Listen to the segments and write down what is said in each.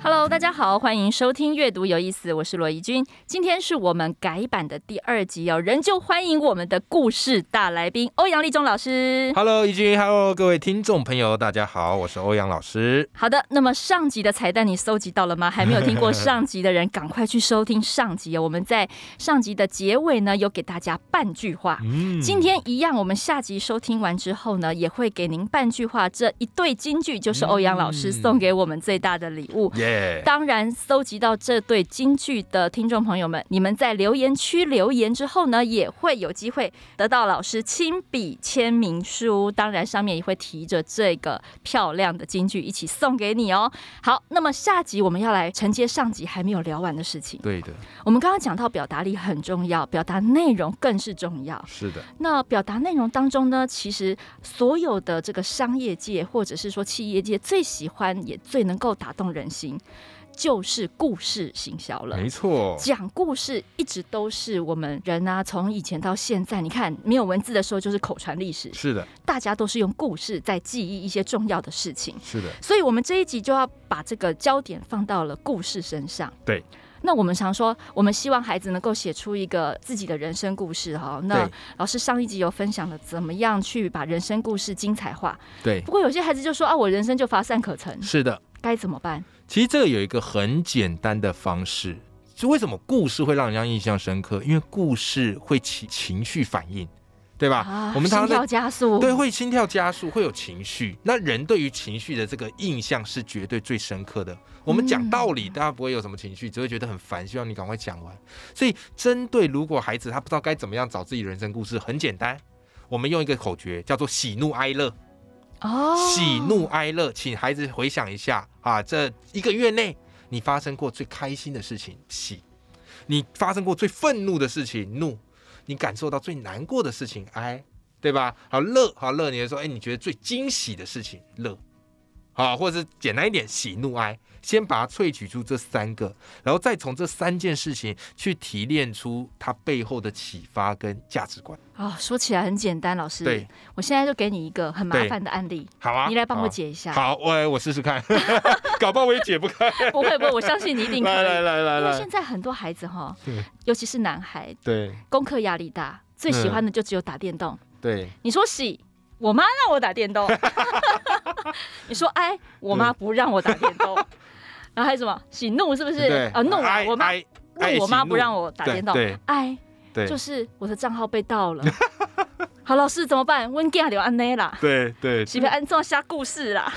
Hello，大家好，欢迎收听《阅读有意思》，我是罗怡君。今天是我们改版的第二集哦，仍旧欢迎我们的故事大来宾欧阳立中老师。 Hello，一君，Hello，各位听众朋友，大家好，我是欧阳老师。好的，那么上集的彩蛋你搜集到了吗？还没有听过上集的人，赶快去收听上集哦。我们在上集的结尾呢，有给大家半句话。嗯今天一样，我们下集收听完之后呢，也会给您半句话。这一对金句就是欧阳老师嗯送给我们最大的礼物。耶当然，搜集到这对京剧的听众朋友们，你们在留言区留言之后呢，也会有机会得到老师亲笔签名书。当然，上面也会提着这个漂亮的京剧一起送给你哦。好，那么下集我们要来承接上集还没有聊完的事情。对的，我们刚刚讲到表达力很重要，表达内容更是重要。是的，那表达内容当中呢，其实所有的这个商业界或者是说企业界最喜欢也最能够打动人心，就是故事行销了。没错，讲故事一直都是我们人啊，从以前到现在，你看没有文字的时候就是口传历史，是的，大家都是用故事在记忆一些重要的事情。是的，所以我们这一集就要把这个焦点放到了故事身上。对。那我们常说，我们希望孩子能够写出一个自己的人生故事哈。那对老师上一集有分享了怎么样去把人生故事精彩化。对，不过有些孩子就说啊，我人生就乏善可陈，是的。该怎么办？其实这个有一个很简单的方式，就为什么故事会让人家印象深刻？因为故事会起情绪反应，对吧？啊，我们常常心跳在加速，对，会心跳加速，会有情绪。那人对于情绪的这个印象是绝对最深刻的。我们嗯讲道理，大家不会有什么情绪，只会觉得很烦，希望你赶快讲完。所以，针对如果孩子他不知道该怎么样找自己人生故事，很简单，我们用一个口诀叫做喜怒哀乐。哦，喜怒哀乐，请孩子回想一下啊，这一个月内你发生过最开心的事情喜，你发生过最愤怒的事情怒，你感受到最难过的事情哀，对吧？好乐，好乐，你就说，哎，你觉得最惊喜的事情乐，好，或者是简单一点，喜怒哀，先把它萃取出这三个，然后再从这三件事情去提炼出它背后的启发跟价值观。哦，说起来很简单，老师，对，我现在就给你一个很麻烦的案例，好啊，你来帮好我啊。解一下。好，我我试试看， 搞不好我也解不开。 不会不会，我相信你一定可以。来来来来因为来现，在很多孩子哈对，尤其是男孩，对功课压力大，最喜嗯欢的就只有打电动。对你说喜，我妈让我打电 动；你说哀，我妈不让我打电动。然后还有什么喜怒是不是？对啊，怒啊哀，我妈哀哀怒，我妈喜怒不让我打电动对。哀对就是我的账号被盗 了。好，老师怎么办？温家留安内啦，对对，喜不安照下故事啦。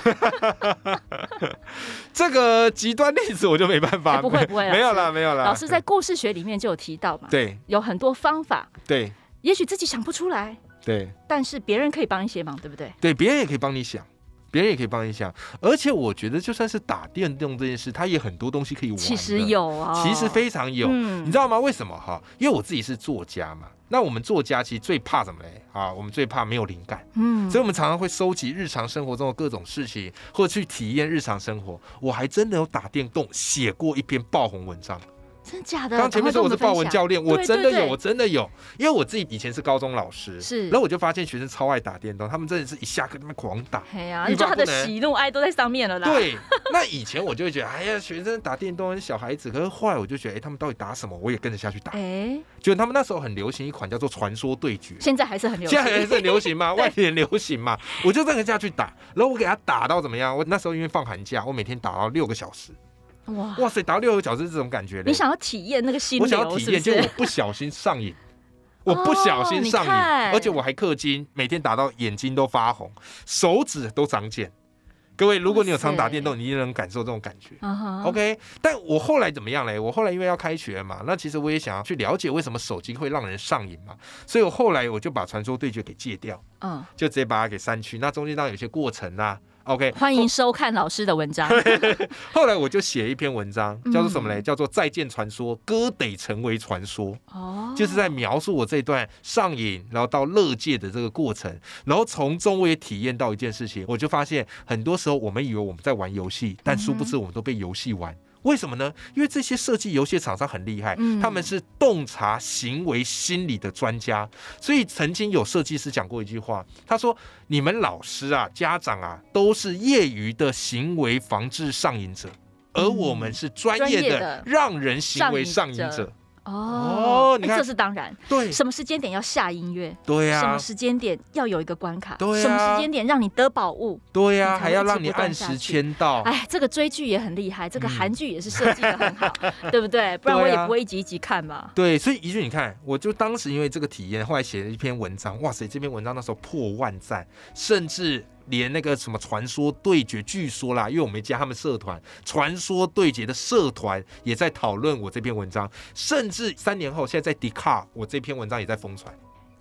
这个极端例子我就没办哎法，不会不会没有老啦没有啦。老师在故事学里面就有提到嘛，啊对有很多方法，对也许自己想不出来，对但是别人可以帮一些忙，对不对？对，别人也可以帮你想。别人也可以帮你想，而且我觉得就算是打电动这件事，它也很多东西可以玩。其实、有啊、其实非常有。嗯你知道吗？为什么哈？因为我自己是作家嘛。那我们作家其实最怕什么嘞？啊，我们最怕没有灵感。嗯所以，我们常常会收集日常生活中的各种事情，或去体验日常生活。我还真的有打电动写过一篇爆红文章。嗯真假的？刚前面说我是爆文教练，我对真的对有，对我真的有，因为我自己以前是高中老师，是然后我就发现学生超爱打电动，他们真的是一下课他们狂打。哎呀、欲你罢说他的不能喜怒哀都在上面了啦。， 对，那以前我就会觉得，哎呀，学生打电动小孩子，可是后来我就觉得，哎，他们到底打什么，我也跟着下去打哎、。就他们那时候很流行一款叫做《传说对决》，现在还是很流行。现在还是很流 行嘛，外地人流行嘛，我就这个下去打，然后我给他打到怎么样？我那时候因为放寒假，我每天打到六个小时，哇，哇塞，打到六个小时是这种感觉嘞啊你。想要体验那个心我流，想要体验，是不结果是哦我不小心上瘾，我不小心上你瘾，看而且我还氪金，每天打到眼睛都发红，手指都长茧。各位，如果你有常打电动，你一定能感受这种感觉。嗯哼 OK，但我后来怎么样嘞？我后来因为要开学嘛，那其实我也想要去了解为什么手机会让人上瘾嘛，所以我后来我就把《传说对决》给戒掉。嗯，就直接把它给删去。那中间当然有些过程啊， OK，欢迎收看老师的文 章。后来我就写一篇文章，嗯叫做什么嘞？叫做《再见传说》，歌得成为传说，哦，就是在描述我这段上瘾，然后到乐界的这个过程，然后从中我也体验到一件事情，我就发现很多时候我们以为我们在玩游戏，但殊嗯不知我们都被游戏玩。为什么呢？因为这些设计游戏厂商很厉害，嗯他们是洞察行为心理的专家，所以曾经有设计师讲过一句话，他说：“你们老师啊、家长啊，都是业余的行为防治上瘾者，而我们是专嗯业专业的的让人行为上瘾上瘾者者。哦哦，你哎看这是当然。”对，什么时间点要下音乐？对啊什呀么、时间点要有一个关卡？对啊什么时间点让你得宝物？对呀、你才会还要一直让你不断按下时去签到。哎，这个追剧也很厉害，这个哦嗯韩剧也是设计的很 好，对不对？不然我对也啊不会一集一集看嘛。对，所以怡俊，你看，我就当时因为这个体验，后来写了一篇文章，哇塞，这篇文章那时候破万赞，甚至连那个什么传说对决，据说啦，因为我没加他们社团，传说对决的社团也在讨论我这篇文章，甚至三年后，现在在 d 卡，我这篇文章也在疯传。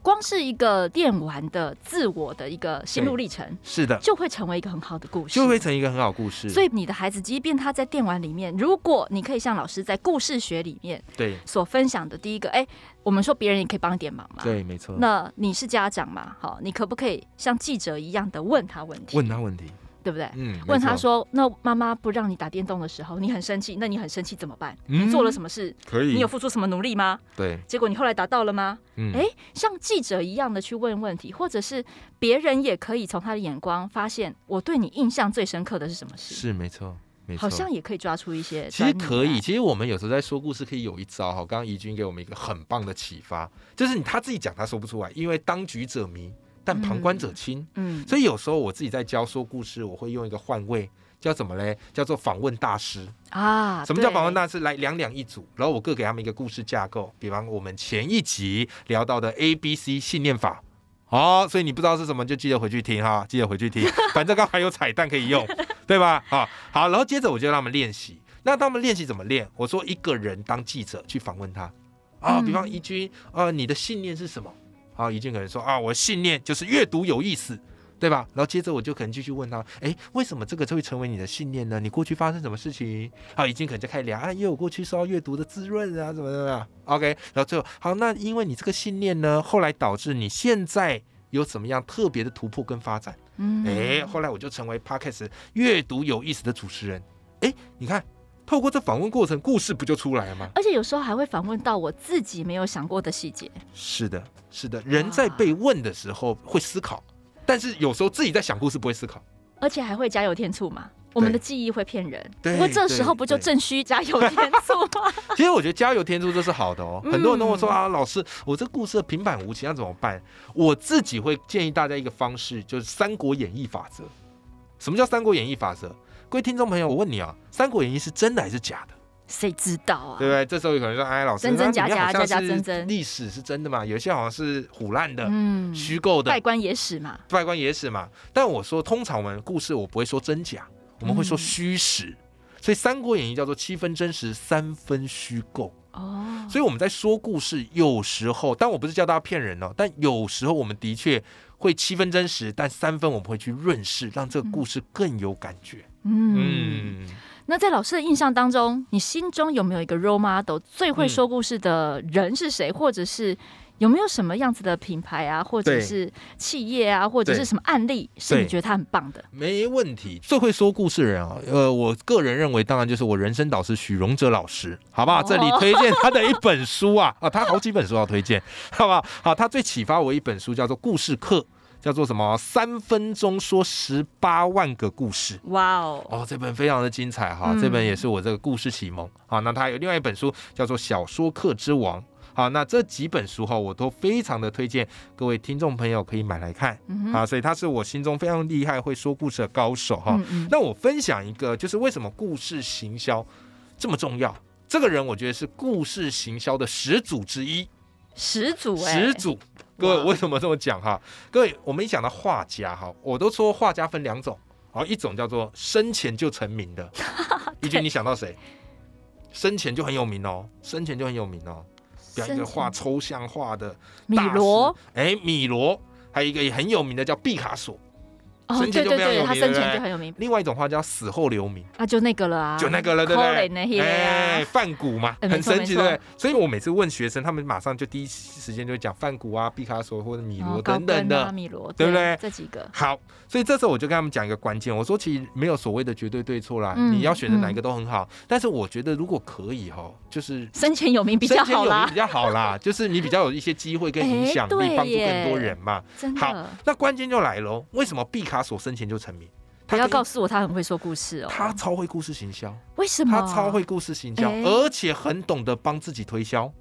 光是一个电玩的自我的一个心路历程，是的，就会成为一个很好的故事。就会成一个很好故事。所以你的孩子，即便他在电玩里面，如果你可以像老师在故事学里面对所分享的，第一个，哎，我们说别人也可以帮一点忙嘛。对，没错。那你是家长嘛？好，你可不可以像记者一样的问他问题？问他问题，对不对？嗯，没问他错，说：“那妈妈不让你打电动的时候，你很生气，那你很生气怎么办？嗯你做了什么事？可以，你有付出什么努力吗？对，结果你后来达到了吗？嗯，哎、像记者一样的去问问题，或者是别人也可以从他的眼光发现我对你印象最深刻的是什么事，是没错，没错，好像也可以抓出一些其实端倪来。可以，其实我们有时候在说故事，可以有一招哈。刚刚怡君给我们一个很棒的启发，就是你他自己讲他说不出来，因为当局者迷，但旁观者清。嗯，所以有时候我自己在教说故事，我会用一个换位，叫什么嘞？叫做访问大师。啊，什么叫访问对？大师？来两两一组，然后我各给他们一个故事架构。比方我们前一集聊到的 A B C 信念法。哦，所以你不知道是什么，就记得回去听哈，记得回去听，反正刚好有彩蛋可以用，对吧？好，好，然后接着我就让他们练习。那他们练习怎么练？我说一个人当记者去访问他啊、嗯比方怡君，呃，你的信念是什么？啊，怡君可能说啊，我的信念就是阅读有意思，对吧？然后接着我就可能继续问他，诶，为什么这个就会成为你的信念呢？你过去发生什么事情？好，已经可能就开始聊啊，因为我过去受到阅读的滋润啊，怎么怎么样？OK，然后最后好，那因为你这个信念呢，后来导致你现在有怎么样特别的突破跟发展？嗯，诶，哎后来我就成为 Podcast 阅读有意思的主持人。诶，你看，透过这访问过程，故事不就出来了吗？而且有时候还会访问到我自己没有想过的细节。是的，是的，人在被问的时候会思考，但是有时候自己在想故事不会思考。而且还会加油添醋嘛。我们的记忆会骗人，对不过这时候不就对正需加油添醋 吗？其实我觉得加油添醋这是好的哦。嗯很多人跟我说啊，老师，我这故事平板无奇，那怎么办？我自己会建议大家一个方式，就是《三国演义》法则。什么叫《三国演义》法则？各位听众朋友，我问你啊，《三国演义》是真的还是假的？谁知道啊？对不对？这时候有可能说，哎，老师，真真那假里面好假像假假是真真历史是真的嘛？有些好像是胡乱的、嗯，虚构的拜、官野史嘛，外观野史嘛。但我说，通常我们故事我不会说真假，我们会嗯说虚实。所以《三国演义》叫做七分真实，三分虚构。哦，所以我们在说故事，有时候，但我不是叫大家骗人哦，但有时候我们的确会七分真实，但三分我们会去润饰，让这个故事更有感觉。嗯。嗯，那在老师的印象当中，你心中有没有一个 role model 最嗯会说故事的人是谁，或者是有没有什么样子的品牌啊，或者对是企业啊，或者是对什么案例是你觉得他很棒的？没问题。最会说故事的人啊、呃，我个人认为，当然就是我人生导师许荣哲老师，好不好？哦这里推荐他的一本书啊， 啊，他好几本书要推荐，好不好？好，他最启发我一本书叫做《故事课》，叫做什么？三分钟说十八万个故事。哇哦，哦，这本非常的精彩哈，嗯这本也是我这个故事启蒙啊。那他有另外一本书叫做《小说课之王》。好，那这几本书哈，我都非常的推荐各位听众朋友可以买来看、嗯哼，啊。所以他是我心中非常厉害会说故事的高手哈。嗯嗯，那我分享一个，就是为什么故事行销这么重要？这个人我觉得是故事行销的始祖之一，始祖哎、始祖。各位哇为什么这么讲哈？各位，我们一讲到画家哈，我都说画家分两种，好，一种叫做生前就成名 的，一君你想到谁？生前就很有名哦，生前就很有名哦，比方一个画抽象画的米大师罗，哎，米罗，还有一个也很有名的叫毕卡索，哦，生对前就对非常对，有他名，对生不前就对？很有名另外一种话叫死后留名，啊，就那个了啊，就那个了，对不可怜的那对？个啊哎，梵谷嘛，哎很没错神没奇，对错不对？所以我每次问学生，他们马上就第一时间就会讲梵谷啊、毕卡索或者米罗哦高等等更啊的。米罗，对不对这几个好，所以这时候我就跟他们讲一个关键，我说其实没有所谓的绝对对错啦，嗯你要选择哪一个都很好，但是我觉得如果可以哦，就是生前有名比较身兼好有名啦比，较好 啦，就是你比较有一些机会跟影响哎力，对帮助更耶多人嘛。真好的。那关键就来喽，为什么毕卡索生前就成名？不要跟告诉我他很会说故事哦，他超会故事行销，为什么他超会故事行销，哎而且很懂得帮自己推销。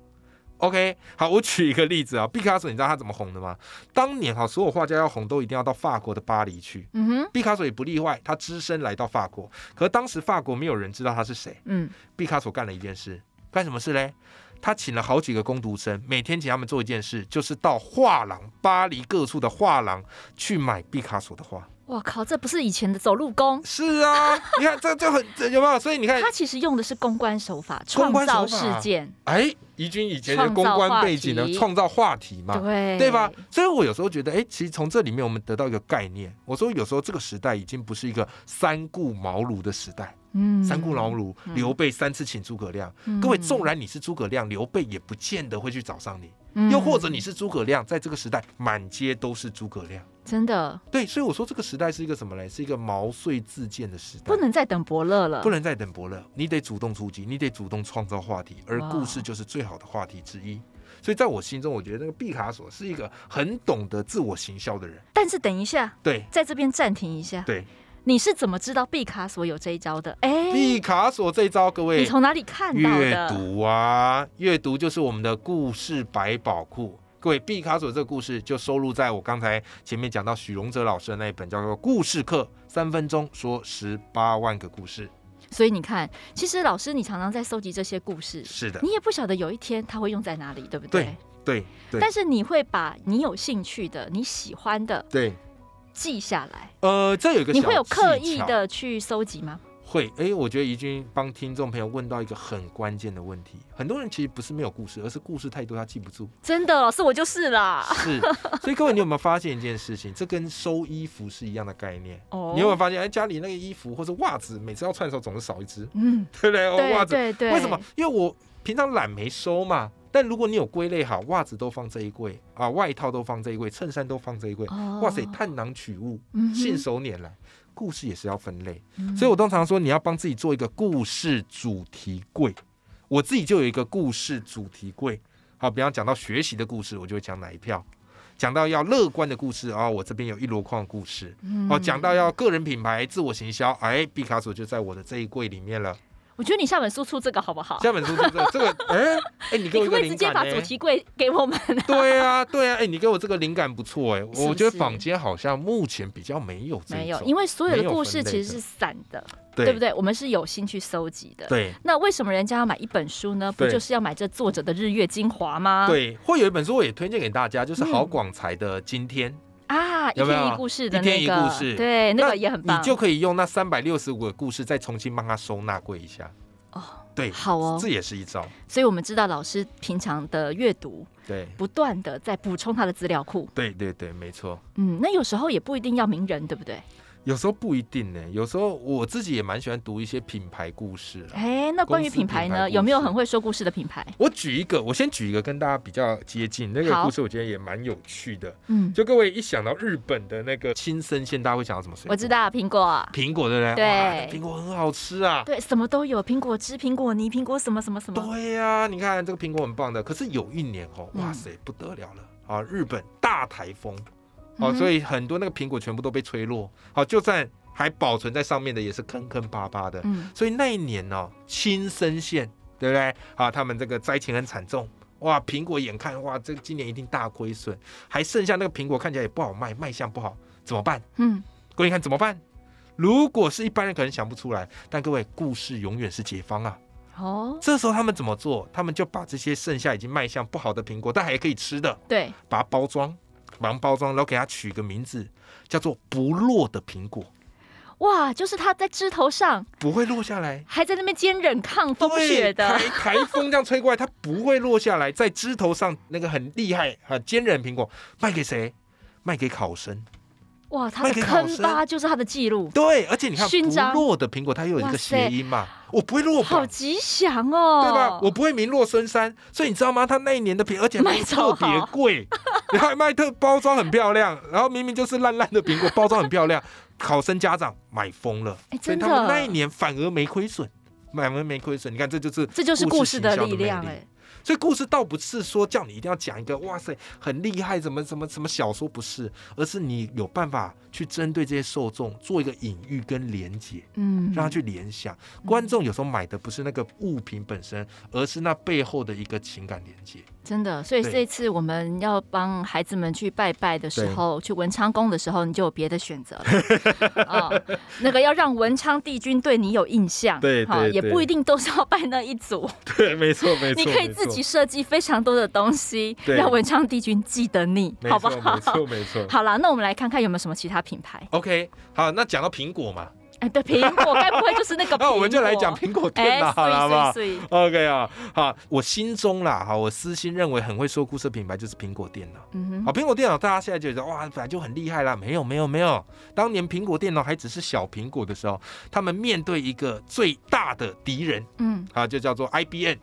OK，好，我举一个例子啊，毕卡索，你知道他怎么红的吗？当年哈，所有画家要红都一定要到法国的巴黎去，嗯哼毕卡索也不例外，他只身来到法国，可当时法国没有人知道他是谁。嗯毕卡索干了一件事，干什么事嘞？他请了好几个工读生，每天请他们做一件事，就是到画廊，巴黎各处的画廊去买毕卡索的画。我靠，这不是以前的走路工，是啊， 你看这就很这有没有？所以你看，他其实用的是公关手法，哎公创关造手法事件，哎，怡君以前的公创造关话背景的题创造话题嘛，对对吧？？所以我有时候觉得，哎，其实从这里面我们得到一个概念，我说有时候这个时代已经不是一个三顾茅庐的时代。嗯三顾茅庐，嗯刘备三次请诸葛亮。嗯各位，纵然你是诸葛亮，刘备也不见得会去找上你。嗯又或者你是诸葛亮，在这个时代，满街都是诸葛亮。真的对，所以我说这个时代是一个什么嘞？是一个毛遂自荐的时代，不能再等伯乐了，不能再等伯乐，你得主动出击，你得主动创造话题，而哇故事就是最好的话题之一。所以在我心中，我觉得那个毕卡索是一个很懂得自我行销的人。但是等一下，对在这边暂停一下，对，你是怎么知道毕卡索有这一招的？哎，毕卡索这一招，各你位从哪里看到阅的？读啊，阅读就是我们的故事百宝库。各位，毕卡索这个故事就收录在我刚才前面讲到许荣哲老师的那一本叫做《故事课》，三分钟说十八万个故事。所以你看，其实老师你常常在搜集这些故事，是的，你也不晓得有一天它会用在哪里，对不对？对对但是你会把你有兴趣的、你喜欢的对，记下来，呃，这有一个你会小有刻技意巧的去搜集吗？会，哎，我觉得怡君帮听众朋友问到一个很关键的问题，很多人其实不是没有故事，而是故事太多他记不住。真的，老师我就是啦。 是，所以各位，你有没有发现一件事情？这跟收衣服是一样的概念。哦你有没有发现，哎，家里那个衣服或者袜子，每次要穿的时候总是少一只， 嗯，对不对？哦袜对子对对，为什么？？因为我平常懒没收嘛。但如果你有归类好，袜子都放这一柜啊，外套都放这一柜，衬衫都放这一柜，哦哇塞，探囊取物，嗯哼信手拈来。故事也是要分类，嗯所以我通常说，你要帮自己做一个故事主题柜。我自己就有一个故事主题柜。好，比方讲到学习的故事，我就会讲哪一票；讲到要乐观的故事啊、我这边有一箩筐的故事。嗯哦，讲到要个人品牌、自我行销，哎，毕卡索就在我的这一柜里面了。我觉得你下本书出这个好不好？下本书这个这个，哎哎，你给你我可不一个可以直灵接感把主呢？题柜给我们？ 对啊，对啊，哎，你给我这个灵感不错哎，是我不觉得是坊间好像目前比较没有这没有，种因为所有的故事没有分其类的实是散的，对不对？我们是有心去搜集的。对那为什么人家要买一本书呢？不对就是要买这作者的日月精华吗？对，会有一本书我也推荐给大家，就是嗯郝广才的《今天》。啊，一有没有天一故事的一那天一个，故事对，那个也很棒。你就可以用那三百六十五个故事再重新帮他收纳过一下。哦，对，好哦这，也是一招。所以我们知道老师平常的阅读，对，不断的在补充他的资料库。对对对，没错。嗯，那有时候也不一定要名人，对不对？有时候不一定呢，有时候我自己也蛮喜欢读一些品牌故事啦。哎，那关于公司品牌品牌呢，故事有没有很会说故事的品牌？我举一个，我先举一个跟大家比较接近那个好故事，我觉得也蛮有趣的。嗯，就各位一想到日本的那个青森县，大家会想到什么水果？我知道苹果，苹果，对不对？对哇那苹果很好吃啊。对，什么都有，苹果汁、苹果泥、苹果什么什么什么。对呀、你看这个苹果很棒的，可是有一年哦，嗯哇塞，不得了了啊！日本大台风，哦、嗯哼所以很多那个苹果全部都被吹落，好、就算还保存在上面的也是坑坑巴巴的。嗯，所以那一年哦，青森县对不对啊？他们这个灾情很惨重。哇，苹果眼看哇，这个今年一定大亏损，还剩下那个苹果看起来也不好卖，卖相不好，怎么办？嗯，各位看怎么办？如果是一般人可能想不出来，但各位故事永远是解方啊！哦，这时候他们怎么做？他们就把这些剩下已经卖相不好的苹果，但还可以吃的，对，把它包装，把它包装，然后给它取个名字，叫做不落的苹果，哇，就是它在枝头上不会落下来。还在那边坚忍抗风雪对，的，台台风这样吹过来，它不会落下来，在枝头上那个很厉害、很坚韧的苹果，卖给谁？卖给考生。哇，他麦的肯考坑生疤就是他的记录，对，而且你看勋章不落的苹果，它又有一哇个塞谐音嘛，我不会落好榜，吉祥哦，对吧？我不会名落孙山，所以你知道吗？他那一年的苹，而且卖卖超特好别 贵，然后卖特包装很漂亮，然后明明就是烂烂的苹果，包装很漂亮，考生家长买疯了哎，所以真的他们那一年反而没亏损，反而没亏损。你看，这就是这就是故故事事的行销力的魅量力哎，所以故事倒不是说叫你一定要讲一个哇塞很厉害怎么怎么怎么小说不是，而是你有办法去针对这些受众做一个隐喻跟连接，嗯，让他去联想。观众有时候买的不是那个物品本身，而是那背后的一个情感连接。真的，所以对这次我们要帮孩子们去拜拜的时候，去文昌宫的时候，你就有别的选择了。啊、那个要让文昌帝君对你有印象，对哈对也对不一定都是要拜那一组， 对，没错没 你可以自己设计非常多的东西，对让文昌帝君记得你，好不好？没错。好啦，那我们来看看有没有什么其他品牌？ OK，好，那讲到苹果嘛，哎，对，苹果该不会就是那个？ 那我们就来讲。苹果电哎，脑了，好不好？所以所以 OK 啊，好，我心中啦，好，我私心认为很会说故事的品牌就是苹果电脑。嗯好，哼，苹果电脑大家现在觉得哇，本来就很厉害啦，没有没有没有，当年苹果电脑还只是小苹果的时候，他们面对一个最大的敌人嗯啊，就叫做 IBM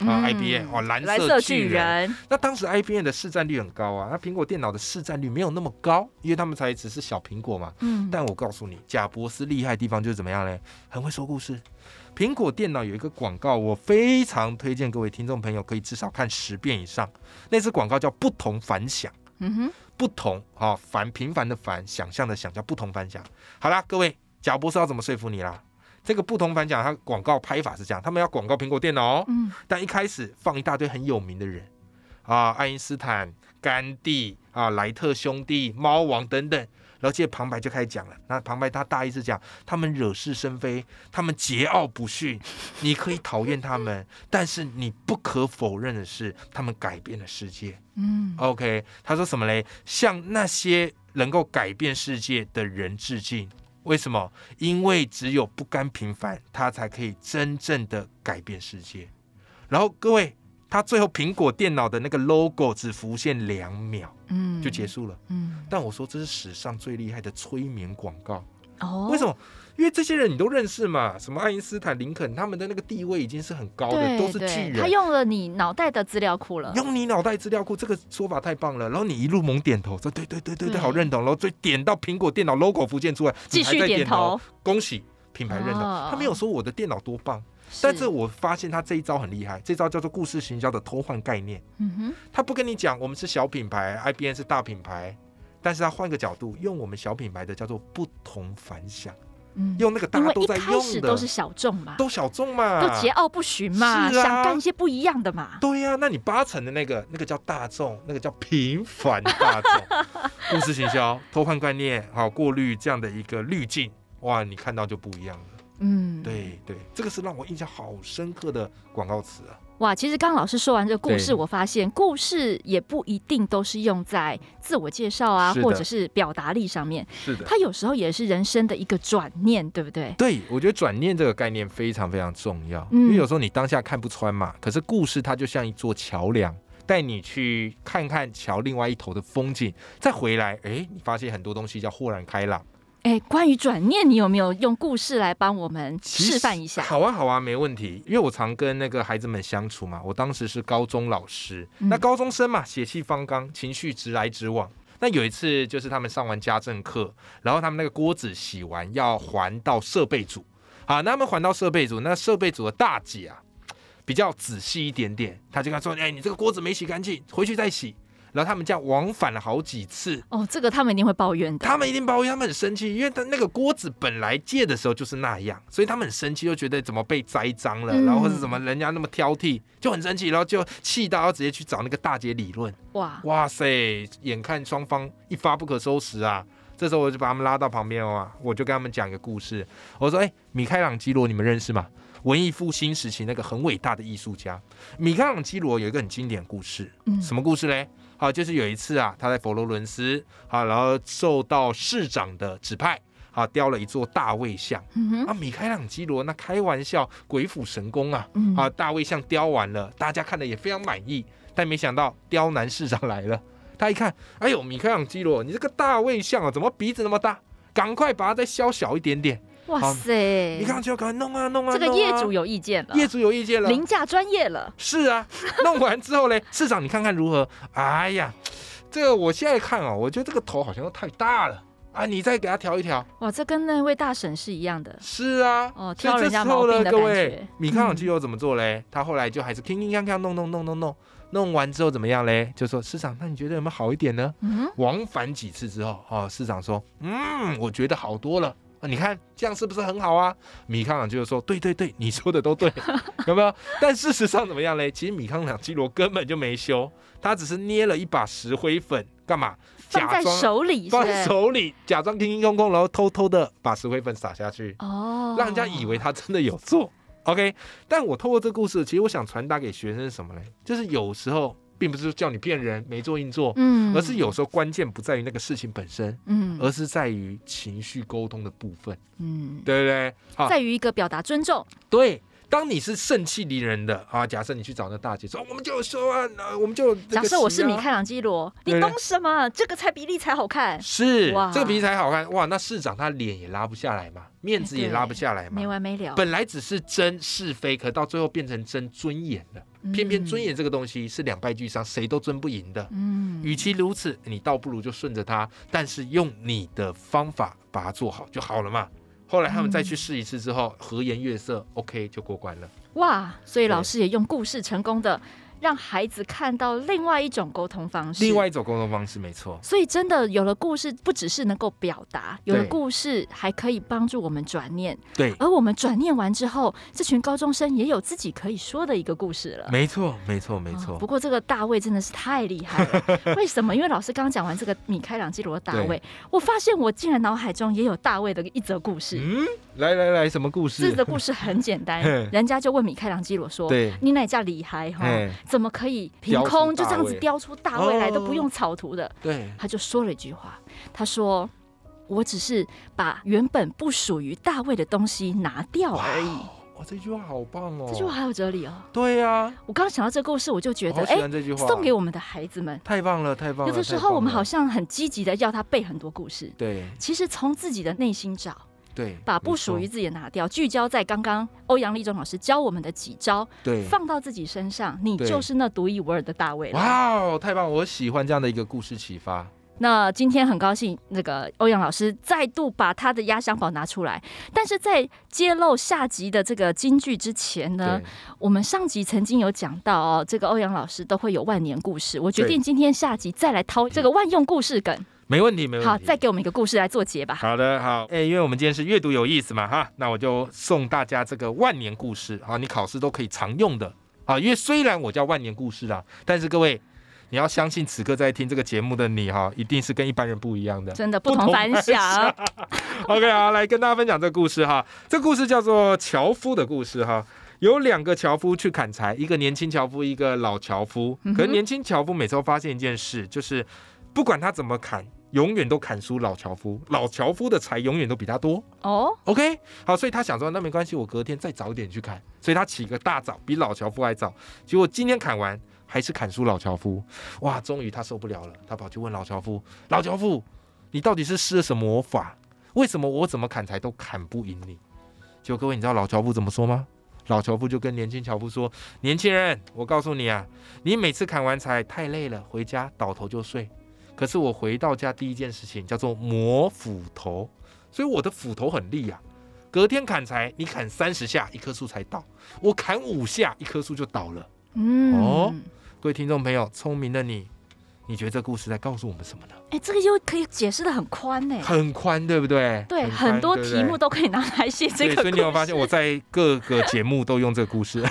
啊、嗯 i b m 哦，蓝蓝色色巨巨人。人，那当时 IBM 的市占率很高啊，那苹果电脑的市占率没有那么高，因为他们才只是小苹果嘛。嗯，但我告诉你，贾博士厉害的地方就是怎么样呢？很会说故事。苹果电脑有一个广告，我非常推荐各位听众朋友可以至少看十遍以上。那支广告叫“不同凡响”。嗯哼，不同啊，凡平凡的凡，想象的想，叫不同凡响。好啦，各位，贾博士要怎么说服你啦？这个不同凡响，它广告拍法是这样，他们要广告苹果电脑、哦，嗯但一开始放一大堆很有名的人啊，爱因斯坦、甘地啊、莱特兄弟、猫王等等。然后接着旁白就开始讲了，那旁白他大意是讲，他们惹是生非，他们桀骜不驯，你可以讨厌他们，但是你不可否认的是，他们改变了世界。嗯 OK，他说什么嘞？向那些能够改变世界的人致敬。为什么？因为只有不甘平凡，他才可以真正的改变世界。然后各位，他最后苹果电脑的那个 logo 只浮现两秒嗯，就结束了。嗯，但我说这是史上最厉害的催眠广告。哦，为什么？因为这些人你都认识嘛，什么爱因斯坦、林肯，他们的那个地位已经是很高的，对都是对巨人。他用了你脑袋的资料库了，用你脑袋资料库这个说法太棒了，然后你一路猛点头，说对对对对对，对好认同，然后最点到苹果电脑 logo 浮现出来，嗯继你还续在点点头，，恭喜品牌认同。哦他没有说我的电脑多棒，但是我发现他这一招很厉害，这招叫做故事行销的偷换概念。嗯他不跟你讲我们是小品牌，IBM 是大品牌，但是他换个角度，用我们小品牌的叫做不同凡响，哼，嗯，用那个大因家为都一在开用始的，都是小众嘛，都小众嘛，都桀骜不驯嘛，是啊想干一些不一样的嘛，对呀、那你八成的那个，那个叫大众，那个叫平凡大众，故事行销、偷换概念、好过滤这样的一个滤镜，哇，你看到就不一样了。嗯，。对对，这个是让我印象好深刻的广告词啊。哇，其实刚刚老师说完这个故事，对我发现故事也不一定都是用在自我介绍啊，是的或者是表达力上面，是的，它有时候也是人生的一个转念，对不对？对我觉得转念这个概念非常非常重要，嗯因为有时候你当下看不穿嘛，可是故事它就像一座桥梁。带你去看看桥另外一头的风景，再回来，诶，你发现很多东西叫豁然开朗。哎，关于转念，你有没有用故事来帮我们其实示范一下？好啊，好啊，没问题。因为我常跟那个孩子们相处嘛，我当时是高中老师，嗯那高中生嘛，血气方刚，情绪直来直往。那有一次就是他们上完家政课，然后他们那个锅子洗完要还到设备组，啊，那他们还到设备组，那设备组的大姐啊，比较仔细一点点，她就跟他说：“哎、你这个锅子没洗干净，回去再洗。”然后他们这样往返了好几次，哦，这个他们一定会抱怨的。他们一定抱怨，他们很生气，因为他那个锅子本来借的时候就是那样，所以他们很生气，就觉得怎么被栽赃了，嗯然后或者怎么人家那么挑剔，就很生气，然后就气到要直接去找那个大姐理论。哇，哇塞，眼看双方一发不可收拾啊！这时候我就把他们拉到旁边哦，我就跟他们讲一个故事。我说：“哎，米开朗基罗，你们认识吗？文艺复兴时期那个很伟大的艺术家，米开朗基罗有一个很经典的故事，嗯什么故事嘞？好、就是有一次啊，他在佛罗伦斯，好、然后受到市长的指派，好、雕了一座大卫像。嗯哼，啊，米开朗基罗那开玩笑，鬼斧神工啊！嗯啊，大卫像雕完了，大家看的也非常满意，但没想到刁难市长来了，他一看，哎呦，米开朗基罗，你这个大卫像啊，怎么鼻子那么大？赶快把它再削小一点点。哇塞，米开朗基罗赶快弄啊弄啊，这个弄啊业主有意见了，业主有 意见了，凌驾专业了，是啊，弄完之后嘞，市长你看看如何？哎呀，这个我现在看哦，我觉得这个头好像都太大了啊，你再给它调一调。哇，这跟那位大婶是一样的，是啊，哦所以挑人这家时毛候病呢，的各感位觉，嗯米开朗基罗怎么做嘞？他后来就还是铿铿锵锵弄弄弄弄弄，弄完之后怎么样嘞？就说市长，那你觉得有没有好一点呢？嗯，往返几次之后，哦，市长说，嗯，我觉得好多了。啊你看这样是不是很好啊？米开朗基罗说：“对对对，你说的都对， 有没有？”但事实上怎么样嘞？其实米开朗基罗根本就没修，他只是捏了一把石灰粉，干嘛？放假在装手里是不放是手里，假装空空空，然后偷偷的把石灰粉撒下去。哦，让人家以为他真的有做。OK，但我透过这故事，其实我想传达给学生是什么呢？就是有时候并不是叫你骗人、没做硬做，嗯，而是有时候关键不在于那个事情本身，嗯而是在于情绪沟通的部分，嗯，对不啊对？好，在于一个表达尊重，对。当你是盛气凌人的啊，假设你去找那大姐说，哦我们就有收啊，呃我们就有这假个设我是席啊米开朗基罗，对你对懂什么？这个才比例才好看，是哇这个皮才好看哇，那市长他脸也拉不下来嘛，面子也拉不下来嘛没，完没了。本来只是争是非，可到最后变成争尊严了。嗯偏偏尊严这个东西是两败俱伤，谁都争不赢的。嗯，嗯，与其如此，你倒不如就顺着他，但是用你的方法把它做好就好了嘛。后来他们再去试一次之后，和颜悦色，OK 就过关了。哇，所以对老师也用故事成功的让孩子看到另外一种沟通方式。另外一种沟通方式，没错，所以真的有了故事，不只是能够表达，有了对故事还可以帮助我们转念，对，而我们转念完之后，这群高中生也有自己可以说的一个故事了。没错，没错，没哦不过这个大卫真的是太厉害了，为什么？因为老师刚刚讲完这个米开朗基罗的大卫，我发现我竟然脑海中也有大卫的一则故事。嗯，来来来，什么故这事？则故事很简单 嘿，人家就问米开朗基罗说：“对你哪家厉害哈嘿？怎么可以凭雕出空大就这样子卫雕出大卫来，哦都不用草图的？”对，他就说了一句话，他说：“我只是把原本不属于大卫的东西拿掉而已。哇，这句话好棒哦！这句话，好有哲理哦！对呀、我刚刚想到这个故事，我就觉我得，好哎喜、欢这句话，送给我们的孩子们，太棒了，太棒了。有的时太候棒我们了好像很积极的要他背很多故事，对其实从自己的内心找，对，把没不属错于自己的拿掉，聚焦在刚刚欧阳立中老师教我们的几招，对放到自己身上，你对就是那独一无二的大卫了。哇哦，太棒！我喜欢这样的一个故事启发。那今天很高兴，那个欧阳老师再度把他的压箱宝拿出来。但是在揭露下集的这个金句之前呢，我们上集曾经有讲到哦，这个欧阳老师都会有万年故事。我决定今天下集再来掏这个万用故事梗，没问题，没问题。好，再给我们一个故事来做结吧。好的，好，哎、因为我们今天是阅读有意思嘛，哈，那我就送大家这个万年故事啊，你考试都可以常用的啊，因为虽然我叫万年故事啦，但是各位你要相信，此刻在听这个节目的你哈，一定是跟一般人不一样的。真的不不同同凡凡响， OK 好，来跟大家分享这个故事哈。这故事叫做《樵夫的故事》哈。有两个樵夫去砍柴，一个年轻樵夫，一个老樵夫。嗯哼可是年轻樵夫每次都发现一件事，就是不管他怎么砍，永远都砍输老樵夫。老樵夫的柴永远都比他多。哦， OK，好，所以他想说，那没关系，我隔天再早点去砍。所以他起个大早，比老樵夫还早。结果今天砍完，还是砍输老樵夫。哇，终于他受不了了，他跑去问老樵夫：“老樵夫，你到底是施了什么魔法？为什么我怎么砍柴都砍不赢你？”结果各位，你知道老樵夫怎么说吗？老樵夫就跟年轻樵夫说：“年轻人，我告诉你啊，你每次砍完柴太累了，回家倒头就睡。可是我回到家第一件事情叫做磨斧头。”所以我的斧头很利啊。隔天砍柴，你砍三十下，一棵树才倒；我砍五下，一棵树就倒了。嗯，哦各位听众朋友，聪明的你，你觉得这故事在告诉我们什么呢？哎、这个又可以解释的很宽呢、很宽，对不对？对，宽很多对不题对目都可以拿来写这对，个所以你有发现我在各个节目都用这个故事，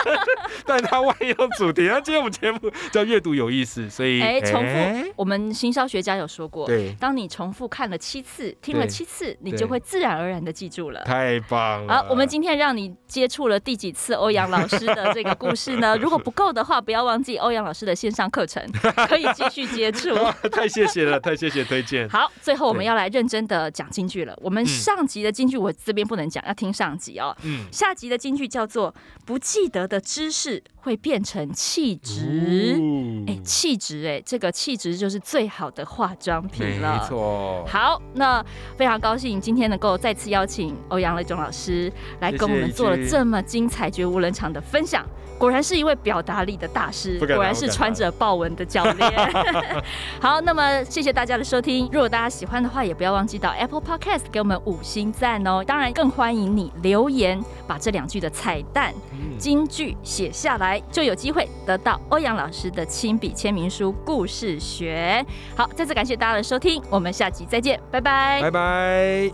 但它万用主题。那今天我们节目叫阅读有意思，所以哎、重哎复，我们行销学家有说过，对，当你重复看了七次、听了对七次，你对就会自然而然的记住了。太棒了。好，我们今天让你接触了第几 次欧阳老师的这个故事呢？如果不够的话，不要忘记欧阳老师的线上课程，可以继续接触。 太谢谢了，太谢谢推荐。好，最后我们要来认真的讲京剧了。我们上集的京剧我这边不能讲，要听上集哦。嗯，下集的京剧叫做“不记得的知识会变成气质”哦哎，气质哎，这个气质就是最好的化妆品了。没错。好，那非常高兴今天能够再次邀请欧阳雷忠老师来跟我们做了这么精彩、绝无伦常的分享。果然是一位表达力的大师，不敢当果然是穿着豹纹的教 练。好，那么谢谢大家的收听。如果大家喜欢的话，也不要忘记到 Apple Podcast 给我们五星赞哦。当然，更欢迎你留言，把这两句的彩蛋嗯金句写下来，就有机会得到欧阳老师的亲笔签名书《故事学》。好，再次感谢大家的收听，我们下集再见，拜拜拜拜。